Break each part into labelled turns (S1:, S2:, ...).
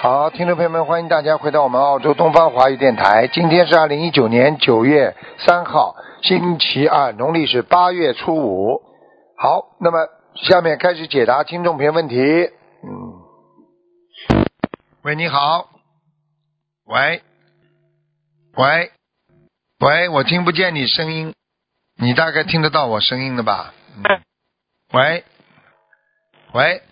S1: 好，听众朋友们，欢迎大家回到我们澳洲东方华语电台。今天是二零一九年九月三号，星期二，农历是八月初五。好，那么下面开始解答听众朋友问题。嗯，喂，你好，喂，喂，喂，我听不见你声音，你大概听得到我声音了吧？嗯，喂，喂，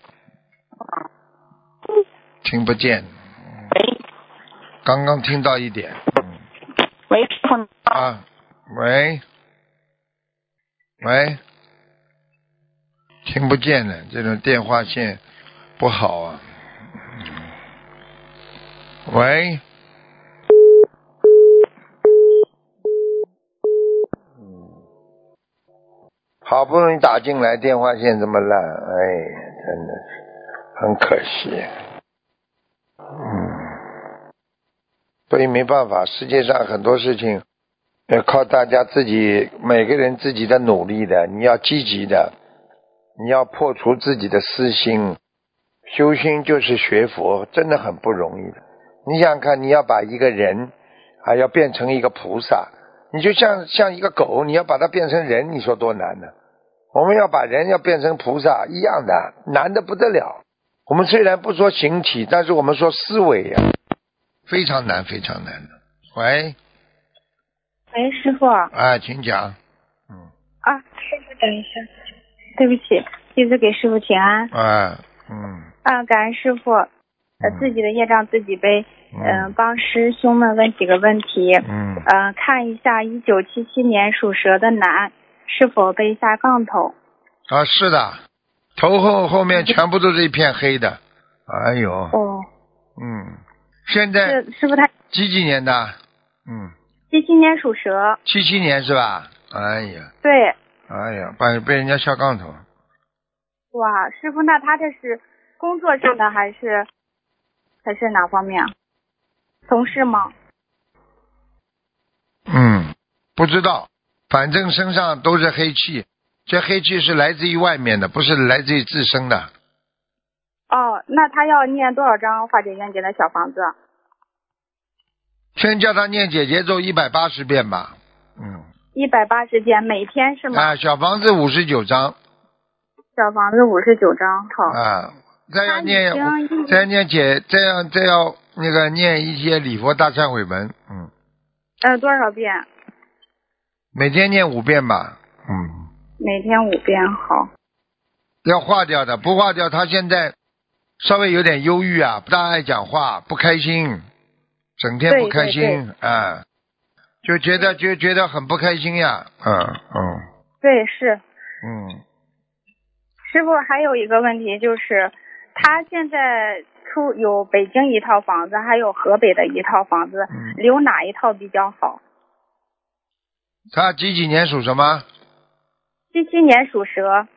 S1: 听不见，
S2: 喂
S1: 刚刚听到一点。嗯
S2: 喂，师傅，
S1: 啊，喂，喂，听不见了，这种电话线不好啊。喂，好不容易打进来，电话线这么烂，哎，真的是很可惜。嗯，所以没办法，世界上很多事情要靠大家自己每个人自己的努力的，你要积极的，你要破除自己的私心，修心就是学佛，真的很不容易的。你想想看，你要把一个人啊，要变成一个菩萨，你就像像一个狗，你要把它变成人，你说多难呢、我们要把人要变成菩萨一样的，难的不得了。我们虽然不说形体，但是我们说思维呀、非常难，非常难的。喂，
S2: 喂，师傅
S1: 啊，请讲。嗯，
S2: 啊，师傅等一下，对不起，弟子给师傅请安
S1: 啊，嗯，
S2: 啊，感恩师傅，呃，自己的业障自己背，
S1: 嗯
S2: 嗯、帮师兄们问几个问题，
S1: 嗯，
S2: 呃，看一下一九七七年属蛇的男是否背下杠头，
S1: 啊，是的，头后后面全部都是一片黑的。哎呦，
S2: 哦，
S1: 嗯，现在
S2: 是师傅他
S1: 几几年的？嗯，
S2: 七七年属蛇，
S1: 七七年是吧？哎呀，
S2: 对，
S1: 哎呀，被被人家笑杠头。
S2: 哇，师傅，那他这是工作上的还是还是哪方面啊？同事吗？
S1: 嗯，不知道，反正身上都是黑气，这黑气是来自于外面的，不是来自于自身的。
S2: 哦，那他要念多少张化解冤结的小房子？
S1: 先叫他念姐姐咒一百八十遍吧。嗯，
S2: 一百八十件，每天是吗？
S1: 啊，小房子五十九章
S2: 小房子五十九张，好。
S1: 啊，再要
S2: 他已
S1: 念，
S2: 经
S1: 再要念姐，再要再要那个念一些礼佛大忏悔文，嗯，
S2: 呃多少遍？
S1: 每天念五遍吧。嗯，
S2: 每天五遍，好。
S1: 要化掉的，不化掉，他现在稍微有点忧郁啊，不大爱讲话，不开心，整天
S2: 对
S1: 不开
S2: 对
S1: 心啊，就觉得就觉得很不开心呀，嗯嗯
S2: 对，是
S1: 嗯，
S2: 师傅还有一个问题就是，他现在出有北京一套房子，还有河北的一套房子，
S1: 嗯
S2: 留哪一套比较好？
S1: 他几几年属什么？
S2: 七七年属蛇，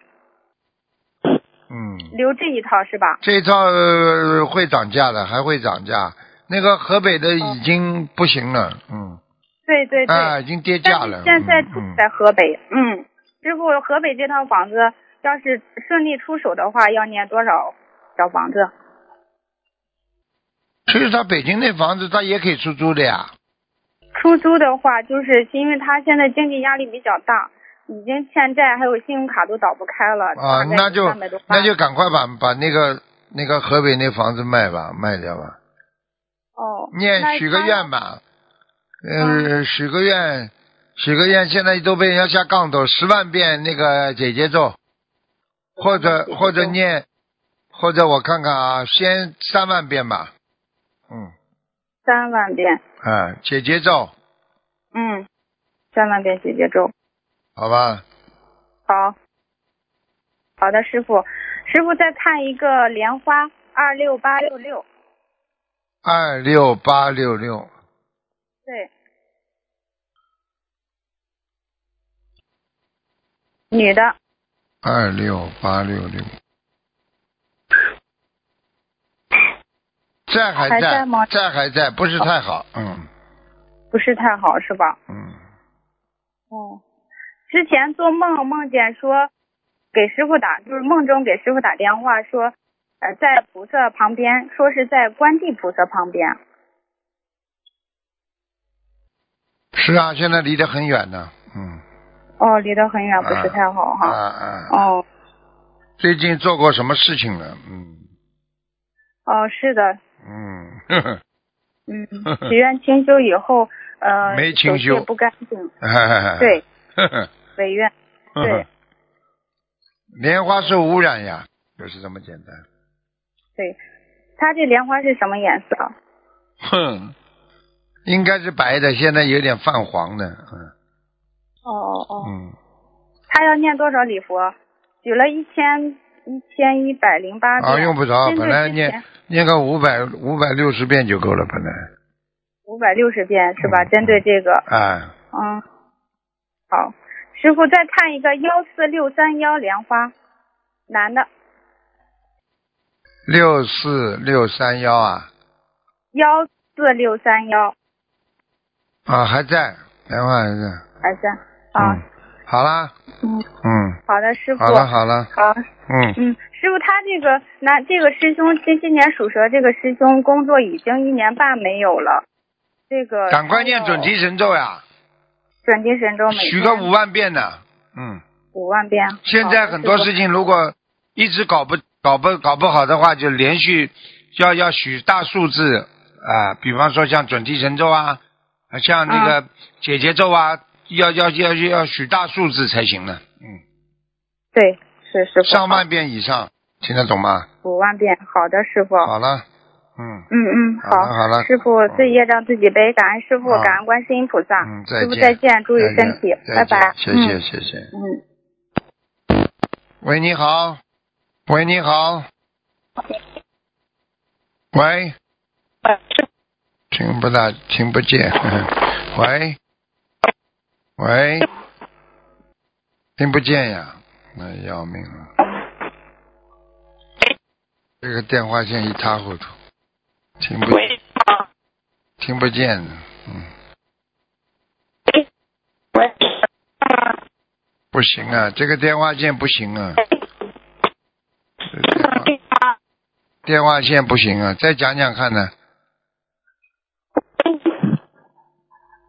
S1: 嗯。
S2: 留这一套是吧？
S1: 这一套、呃会涨价的，还会涨价。那个河北的已经不行了，嗯，
S2: 对哦对对。
S1: 啊，已经跌价
S2: 但
S1: 了。
S2: 是现在住
S1: 嗯嗯
S2: 在河北，嗯，师傅，河北这套房子要是顺利出手的话，要念多少小房子？
S1: 其实他北京那房子他也可以出租的呀，
S2: 出租的话，就是因为他现在经济压力比较大，已经欠债，还有信用卡都打不开了。
S1: 啊，
S2: 大概
S1: 那就
S2: 300多万
S1: 那就赶快把把那个那个河北那房子卖吧，卖掉吧，
S2: 哦，
S1: 念
S2: 那
S1: 许个
S2: 他嗯
S1: 愿吧，呃，许个愿，许个愿，现在都被人家下杠头，十万遍那个姐姐咒，或者
S2: 姐姐咒
S1: 或者念，或者我看看啊，先三万遍吧，嗯。
S2: 三万遍，
S1: 啊，姐姐咒，
S2: 嗯，三万遍姐姐咒。
S1: 好吧？
S2: 好，好的，师傅，师傅再看一个莲花二六八六六，
S1: 二六八六六，
S2: 对，女的。
S1: 二六八六六，在还
S2: 还在吗哦
S1: 在还在，不是太好。嗯
S2: 不是太好，是吧？
S1: 嗯，
S2: 哦，之前做梦梦见说给师傅打，就是梦中给师傅打电话说，呃在菩萨旁边，说是在观地菩萨旁边。
S1: 是啊，现在离得很远呢，嗯。
S2: 哦，离得很远，不是太好
S1: 啊
S2: 哈。
S1: 啊！
S2: 哦
S1: 最近做过什么事情了？嗯
S2: 哦，是的，
S1: 嗯，呵呵
S2: 嗯，许愿清修以后，呃，
S1: 没清修
S2: 手气不干净，
S1: 哎
S2: 对，
S1: 呵呵
S2: 违愿，
S1: 呵呵
S2: 对
S1: 莲花受污染呀，就是这么简单。
S2: 对。他这莲花是什么颜色？
S1: 哼，应该是白的，现在有点泛黄的。
S2: 哦哦哦。
S1: 嗯
S2: 他要念多少礼佛？举了一千一千一百零八
S1: 嗯，
S2: 遍。
S1: 啊，用不着，
S2: 针对
S1: 本来
S2: 之
S1: 念
S2: 前
S1: 念个五百五百六十遍就够了，本来。
S2: 五百六十遍是吧？
S1: 嗯
S2: 针对这个，
S1: 啊，
S2: 嗯，好，师傅再看一个幺四六三幺莲花，男的，
S1: 六四六三幺啊
S2: 幺四六三幺，
S1: 啊还在，莲花还在。
S2: 还是啊，
S1: 嗯，好啦，
S2: 嗯，
S1: 嗯，
S2: 好的，师傅，
S1: 好了好了，
S2: 好，
S1: 嗯，
S2: 嗯，师傅，他这个那这个师兄，今今年属蛇，这个师兄工作已经一年半没有了，这个
S1: 赶快念准提神咒呀，
S2: 准提神咒每
S1: 许
S2: 天
S1: 个五万遍呢。嗯，
S2: 五万遍，
S1: 现在很多
S2: 好
S1: 事情如果一直搞不搞不搞不好的话，就连续要要许大数字啊，比方说像准提神咒啊，啊像那个解结咒啊，要要要要许大数字才行呢。嗯，
S2: 对，是师傅，
S1: 上万遍以上，听得懂吗？
S2: 五万遍，好的，师傅，
S1: 好了，嗯
S2: 嗯嗯，
S1: 好了好了
S2: 师傅自己业障自己背，感恩师傅，
S1: 好
S2: 感恩观世音菩萨，
S1: 嗯，再
S2: 师傅
S1: 见，
S2: 再见，注意
S1: 再见
S2: 身体，
S1: 再
S2: 拜
S1: 见
S2: 拜，
S1: 谢谢谢谢。
S2: 嗯，嗯。
S1: 喂，你好，喂，你好，喂，听不大，听不见， 喂，喂，听不见呀，那要命了，这个电话线一塌糊涂，听不
S3: 喂，啊，
S1: 听不见了，嗯，
S3: 喂，啊，
S1: 不行啊，这个电话线不行啊，这个电话
S3: 啊，
S1: 电话线不行啊，再讲讲看呢，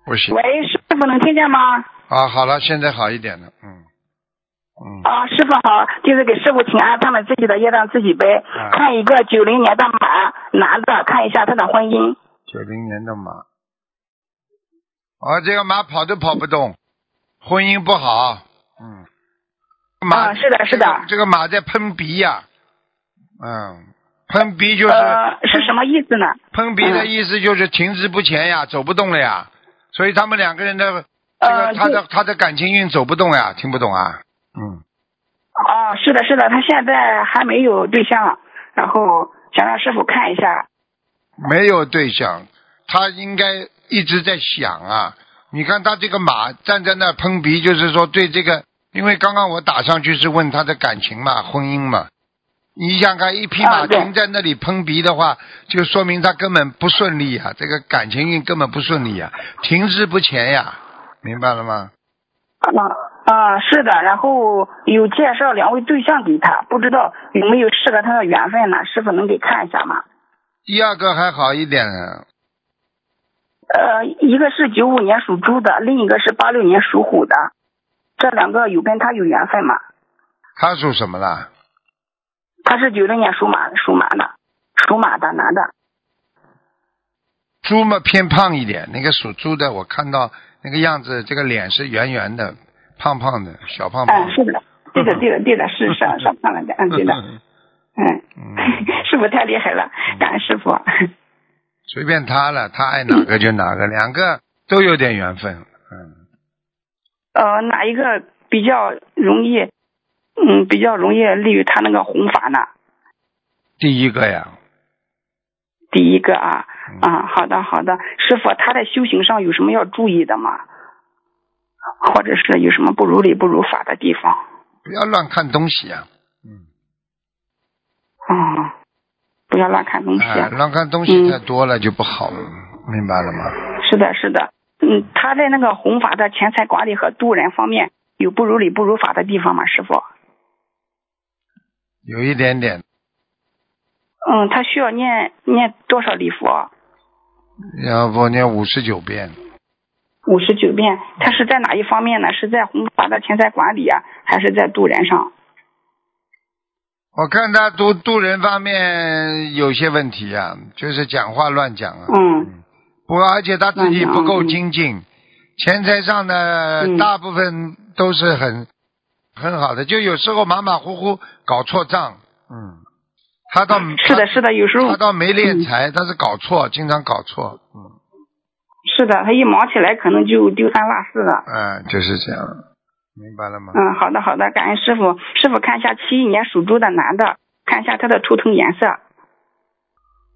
S1: 不行。
S3: 喂，师傅能听见吗？
S1: 啊，好了，现在好一点了，嗯，嗯，
S3: 啊，师傅好，就是给师傅请安，他们自己的业障自己背。
S1: 啊
S3: 看一个九零年的马男的，看一下他的婚姻。
S1: 九零年的马，啊，这个马跑都跑不动，婚姻不好，嗯，马、
S3: 啊是的是的
S1: 这个，这个马在喷鼻呀、嗯，喷鼻就是、
S3: 呃，是什么意思呢？
S1: 喷鼻的意思就是停滞不前呀，走不动了呀，所以他们两个人的这个、
S3: 呃，
S1: 他
S3: 就
S1: 的他的感情运走不动呀，听不懂啊，嗯，
S3: 哦，是的，是的，他现在还没有对象，然后想让师傅看一下。
S1: 没有对象，他应该一直在想啊。你看他这个马站在那儿喷鼻，就是说对这个，因为刚刚我打上去是问他的感情嘛、婚姻嘛。你想看一匹马
S3: 啊对
S1: 停在那里喷鼻的话，就说明他根本不顺利啊，这个感情运根本不顺利啊，停滞不前呀、明白了吗？
S3: 啊啊，是的，然后有介绍两位对象给他，不知道有没有适合他的缘分呢？师傅能给看一下吗？
S1: 第二个还好一点啊，
S3: 呃，一个是九五年属猪的，另一个是八六年属虎的，这两个有跟他有缘分吗？
S1: 他属什么啦？
S3: 他是九零年属马属马的，属马的男的。
S1: 猪嘛偏胖一点，那个属猪的，我看到那个样子，这个脸是圆圆的，胖胖的，小胖胖。
S3: 嗯，是的，对的，对的，对的，是上上看了的，嗯， 对的，嗯，
S1: 嗯，
S3: 师傅太厉害了，感恩师傅。
S1: 随便他了，他爱哪个就哪个，两个都有点缘分。嗯，
S3: 呃，哪一个比较容易，嗯，比较容易利于他那个弘法呢？
S1: 第一个呀，
S3: 第一个啊，
S1: 嗯
S3: 啊，好的好的，师傅，他在修行上有什么要注意的吗？或者是有什么不如理不如法的地方？
S1: 不要乱看东西啊，
S3: 嗯，不要乱看东西。啊
S1: 哎，乱看东西太多了就不好了，明白了吗？
S3: 是的，是的，嗯，他在那个弘法的钱财管理和度人方面有不如理不如法的地方吗？师傅？
S1: 有一点点，
S3: 嗯，他需要念念多少礼佛？
S1: 要不念五十九遍，
S3: 五十九遍。他是在哪一方面呢？是在弘法的钱财管理啊，还是在渡人上？
S1: 我看他渡渡人方面有些问题啊，就是讲话乱讲啊。
S3: 嗯，
S1: 不，而且他自己
S3: 乱讲
S1: 不够
S3: 嗯
S1: 精进，钱财上呢，
S3: 嗯
S1: 大部分都是很很好的，就有时候马马虎虎搞错账。嗯，他倒
S3: 嗯是的，是的，嗯有时候
S1: 他倒没敛财，但是搞错，经常搞错。嗯，
S3: 是的，他一忙起来可能就丢三落四了。
S1: 啊，就是这样，明白了吗？
S3: 嗯，好的好的，感恩师傅。师傅看一下七一年属猪的男的，看一下他的图腾颜色。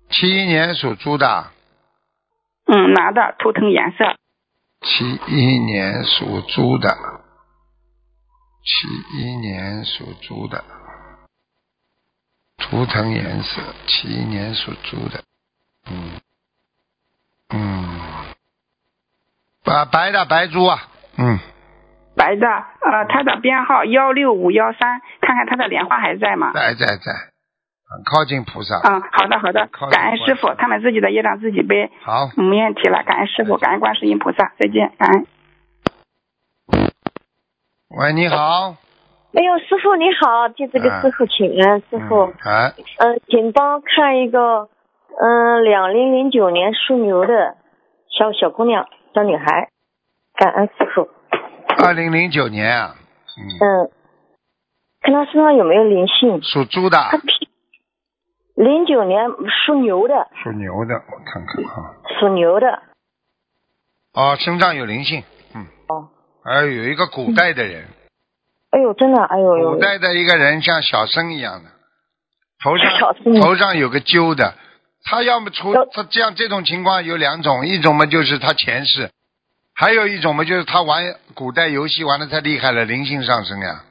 S1: 七一年属猪的，
S3: 嗯，男的图腾颜色。
S1: 七一年属猪的，七一年属猪的，图腾颜色，七一年属猪的，嗯，嗯，啊，白的白猪啊，嗯，
S3: 白的，呃，他的编号幺六五幺三，看看他的莲花还在吗？
S1: 在在在，很靠近菩萨，
S4: 啊
S3: 嗯，好的好的
S1: 靠，
S3: 感恩
S1: 近
S3: 师
S1: 观
S3: 傅，
S1: 世
S3: 他们自己的业障自己背，
S1: 好，
S3: 嗯没问题了，感恩师傅，感恩观世音菩萨，再见，感恩。
S1: 喂，你好，
S4: 哎呦，师傅你好，弟子给师傅请安，师傅
S1: 啊嗯，，哎，
S4: 嗯，请帮看一个，嗯，两零零九年属牛的小小姑娘，小女孩，感恩师傅，
S1: 二零零九年啊，嗯，
S4: 嗯，看她身上有没有灵性，
S1: 属猪的，
S4: 她皮，零九年属牛的，
S1: 属牛的，我看看啊，
S4: 属牛的，
S1: 哦，身上有灵性，嗯，
S4: 哦，
S1: 哎，有一个古代的人。
S4: 哎呦，真的，哎呦
S1: 古
S4: 呦，
S1: 代的一个人像小生一样的，头
S4: 小
S1: 上
S4: 生嗯
S1: 头上有个揪的，他要么出
S4: 有
S1: 他这样这种情况有两种，一种嘛就是他前世，还有一种嘛就是他玩古代游戏玩的太厉害了，灵性上升呀。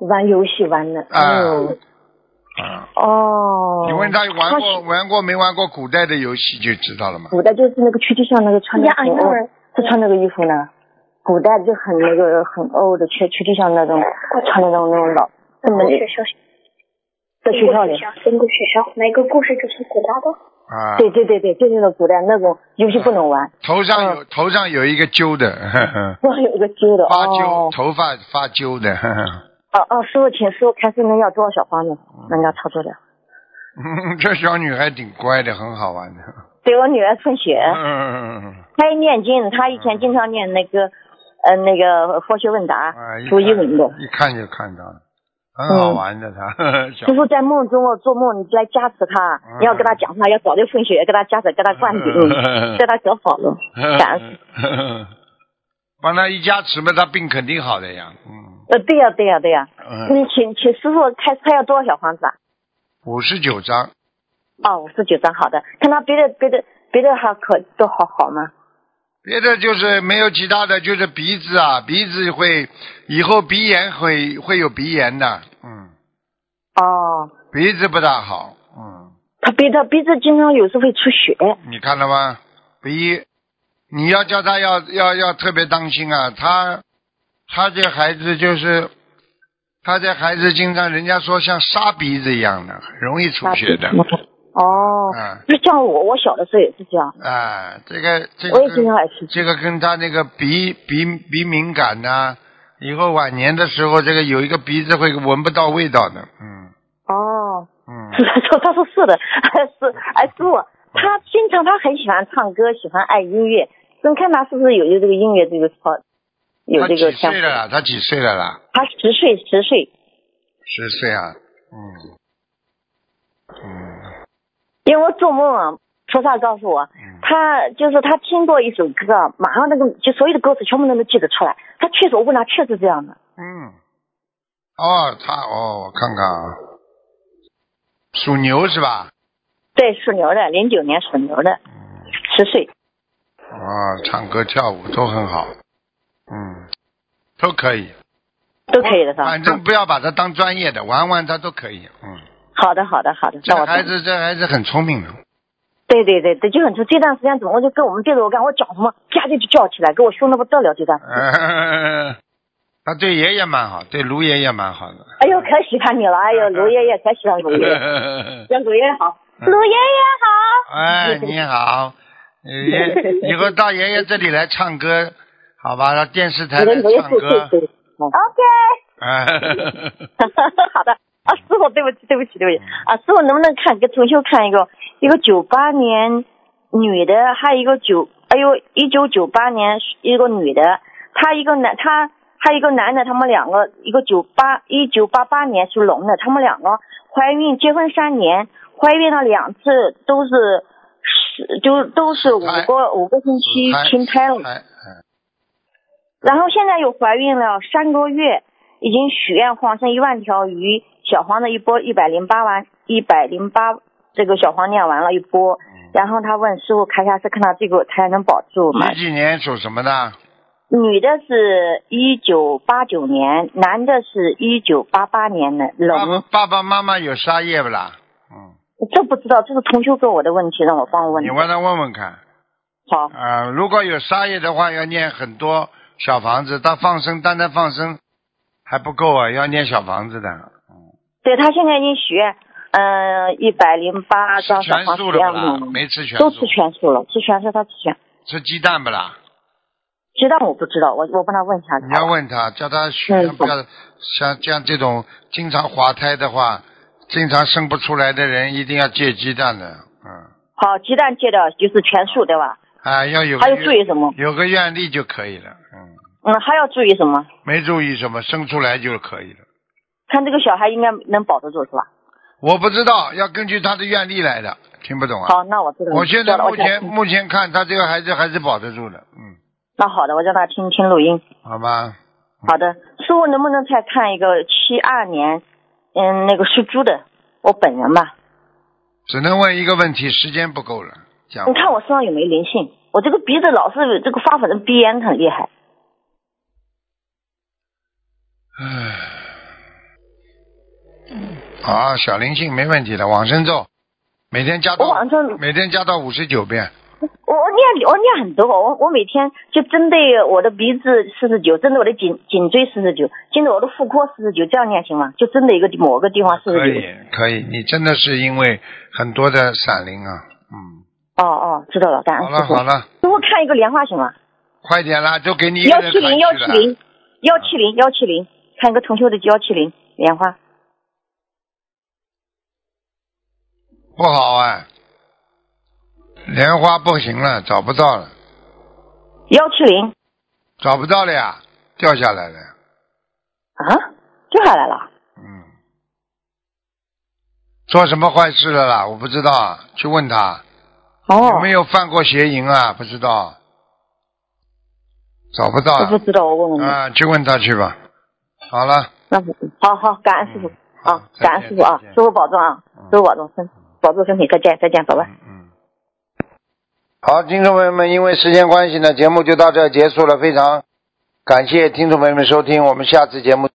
S4: 玩游戏玩的，哎呦，
S1: 啊，
S4: 哦，
S1: 你问他玩过
S4: 她
S1: 玩过没玩过古代的游戏就知道了嘛。
S4: 古代就是那个蛐蛐像那个穿那个很
S5: Yeah, I know
S4: 就穿那个衣服呢。古代就很那个很 old 的蛐蛐蛐像那种穿那种那种老那么
S5: 哪个学校？
S4: 在学校里，
S5: 中国学校哪个故事就是古代的？
S1: 啊，
S4: 对对对对，就是那种古代那种游戏不能 玩，
S1: 头上有
S4: 嗯
S1: 头上有一个揪的，呵呵
S4: 不然有一个揪的
S1: 发
S4: 哦
S1: 揪头发发揪的， 呵呵
S4: 哦哦，师傅请师傅看是能要多少小方子，能要操作的。
S1: 嗯这小女孩挺乖的，很好玩的。
S4: 对我女儿春雪，
S1: 嗯，
S4: 她一念经，她以前经常念那个呃那个佛学问答
S1: 啊，一，
S4: 读
S1: 看
S4: 英文的。
S1: 一看就看到了，很好玩的他。小
S4: 师傅在梦中我做梦，你来加持他，
S1: 嗯
S4: 你要跟他讲话，要早点分血，给他加持，给他灌顶， 给他搞好了。感恩
S1: 帮他一加持嘛，他病肯定好的呀。嗯
S4: 呃，对呀、对呀、对呀、
S1: 嗯，
S4: 嗯，请请师傅开他要多少小房子啊？
S1: 五十九章，
S4: 哦，五十九张，好的。看他别的别的别的还可都好好吗？
S1: 别的就是没有其他的，就是鼻子啊，鼻子会以后鼻炎会会有鼻炎的，嗯，
S4: 哦，
S1: 鼻子不大好，嗯，
S4: 他鼻他鼻子经常有时候会出血。
S1: 你看了吗？鼻，你要叫他要要要特别当心啊！他他这孩子就是，他这孩子经常人家说像沙鼻子一样的，很容易出血的。
S4: 哦，
S1: 啊
S4: 就像我我小的时候也是这样，
S1: 啊，这个这
S4: 我
S1: 个
S4: 也经常
S1: 跟
S4: 也是。
S1: 这个跟他那个鼻鼻鼻敏感呐、以后晚年的时候，这个有一个鼻子会闻不到味道的。嗯
S4: 哦，
S1: 嗯，
S4: 他他说是的， 是哎师傅，他经常他很喜欢唱歌，喜欢爱音乐，你看他是不是有有这个音乐这个操，有
S1: 他
S4: 这
S1: 几
S4: 个天赋
S1: 岁？了啦？他几岁了啦？
S4: 他十岁十岁，
S1: 十岁啊。嗯嗯。
S4: 因为我做梦啊，菩萨告诉我，
S1: 嗯
S4: 他就是他听过一首歌啊，马上那个就所有的歌词全部都能记得出来。他确实，我问他确实这样的。
S1: 嗯，哦，他哦，我看看啊，属牛是吧？
S4: 对，属牛的，零九年属牛的，十岁。
S1: 哦，唱歌跳舞都很好，嗯，都可以，
S4: 都可以的是吧？
S1: 反正不要把他当专业的，玩玩他都可以，嗯。
S4: 好的，好的，好的。
S1: 这
S4: 那我
S1: 孩
S4: 懂。
S1: 子，这孩子很聪明的，
S4: 对对对对，就很这段时间怎么
S1: 嗯
S4: 就跟我们对着我干，我讲什么，啪就就叫起来，给我凶的不得了。这段，
S1: 呃，他对爷爷蛮好，对卢爷爷蛮好的。
S4: 哎呦，可喜欢你了！哎
S1: 嗯
S4: 呦，卢爷爷可喜欢卢爷爷，让卢爷爷好，卢爷爷
S1: 哎，你好，爷以后到爷爷这里来唱歌，好吧？到电视台
S4: 好，你
S1: 来
S4: 的卢爷
S1: 唱
S4: 谢
S1: 歌。嗯
S4: 谢你。OK，
S1: 哎，
S4: 好的。啊，师傅，对不起，对不起，对不起。啊，师傅，能不能看给同修看一个，一个九八年女的，还有一个九，哎呦，一九九八年一个女的，她一个男，她还有一个男的，他们两个，一个九八一九八八年属龙的，他们两个怀孕结婚三年，怀孕了两次，都是十，就都是五
S1: 胎
S4: 个五个
S1: 嗯
S4: 星期停胎了。
S1: 哎
S4: 然后现在又怀孕了三个月，已经许愿放生一万条鱼，小黄的一波一百零八万一百零八这个小黄念完了一波，
S1: 嗯
S4: 然后他问师傅看一下是看到这个胎能保住吗
S1: 哎，？几几年属什么的？
S4: 女的是一九八九年，男的是一九八八年的
S1: 爸爸
S4: 龙，
S1: 爸爸妈妈有杀业不啦？嗯，
S4: 这不知道，这是同修给我的问题，让我帮我问
S1: 你。问他问问看。
S4: 好，
S1: 啊、如果有杀业的话，要念很多小房子。他放生，单单放生还不够啊，要念小房子
S4: 啊
S1: 的。
S4: 对他现在已经许愿，嗯、1一百零八
S1: 吃
S4: 张小
S1: 全
S4: 黄
S1: 素了
S4: 许愿
S1: 不
S4: 了
S1: 啦？，没吃全素。
S4: 都吃全素了，吃全素他吃全。
S1: 吃鸡蛋不啦？
S4: 鸡蛋我不知道，我我帮他问一下。
S1: 你要问他，叫他许
S4: 嗯
S1: 愿不要像像这种经常滑胎的话，经常生不出来的人，一定要戒鸡蛋的，嗯，
S4: 好，鸡蛋戒掉就是全素对吧？
S1: 啊，要有
S4: 还
S1: 个
S4: 要注
S1: 愿
S4: 意什么？
S1: 有个愿力就可以了，嗯，
S4: 嗯，还要注意什么？
S1: 没注意什么，生出来就可以了。
S4: 看这个小孩应该能保得住是吧？
S1: 我不知道，要根据他的愿力来的，听不懂啊？
S4: 好，那我知道了。
S1: 我现在
S4: 知道了嗯
S1: 目前
S4: 我知道
S1: 目前看他这个孩子还是保得住的，嗯，
S4: 那好的，我让他听听录音。
S1: 好吧，
S4: 好的，师傅能不能再看一个七二年，嗯，那个属猪的，我本人吧？
S1: 只能问一个问题，时间不够了，讲吧。
S4: 你看我身上有没有灵性？我这个鼻子老是这个发粉的鼻炎很厉害。
S1: 好，小灵性没问题的，往生咒，每天加
S4: 我
S1: 到
S4: 晚上
S1: 每天加到五十九遍，
S4: 我我念我念很多个，我我每天就针对我的鼻子四十九，针对我的颈颈椎四十九，针对我的妇科四十九，这样念行吗？就针对一个地某个地方四
S1: 可
S4: 十九。
S1: 以可以，你真的是因为很多的闪灵啊，嗯，
S4: 哦哦，知道了，感
S1: 好
S4: 恩师
S1: 了
S4: 傅
S1: 好。了，
S4: 师傅看一个莲花行吗？
S1: 快点啦，都给你一
S4: 幺
S1: 个人
S4: 七
S1: 看
S4: 零
S1: 去
S4: 幺七
S1: 了，
S4: 零幺七零幺七零，看一个同修的幺七零莲花。
S1: 不好啊，莲花不行了，找不到了，
S4: 幺七零
S1: 找不到了呀，掉下来了呀，
S4: 啊，掉下来了。
S1: 嗯，做什么坏事了啦？我不知道啊，去问他。有
S4: 哦
S1: 没，有犯过邪淫啊？不知道，找不到
S4: 我
S1: 啊
S4: 不知道，我问问你。
S1: 啊，去问他去吧。好了，
S4: 那不好好，感恩师傅
S1: 嗯
S4: 啊，
S1: 再见
S4: 感恩师傅啊
S1: 再见，
S4: 师傅保重啊，师傅保重身，保重身体，再见再见，拜拜。
S1: 嗯嗯。好，听众朋友们，因为时间关系呢，节目就到这儿结束了。非常感谢听众朋友们收听，我们下次节目。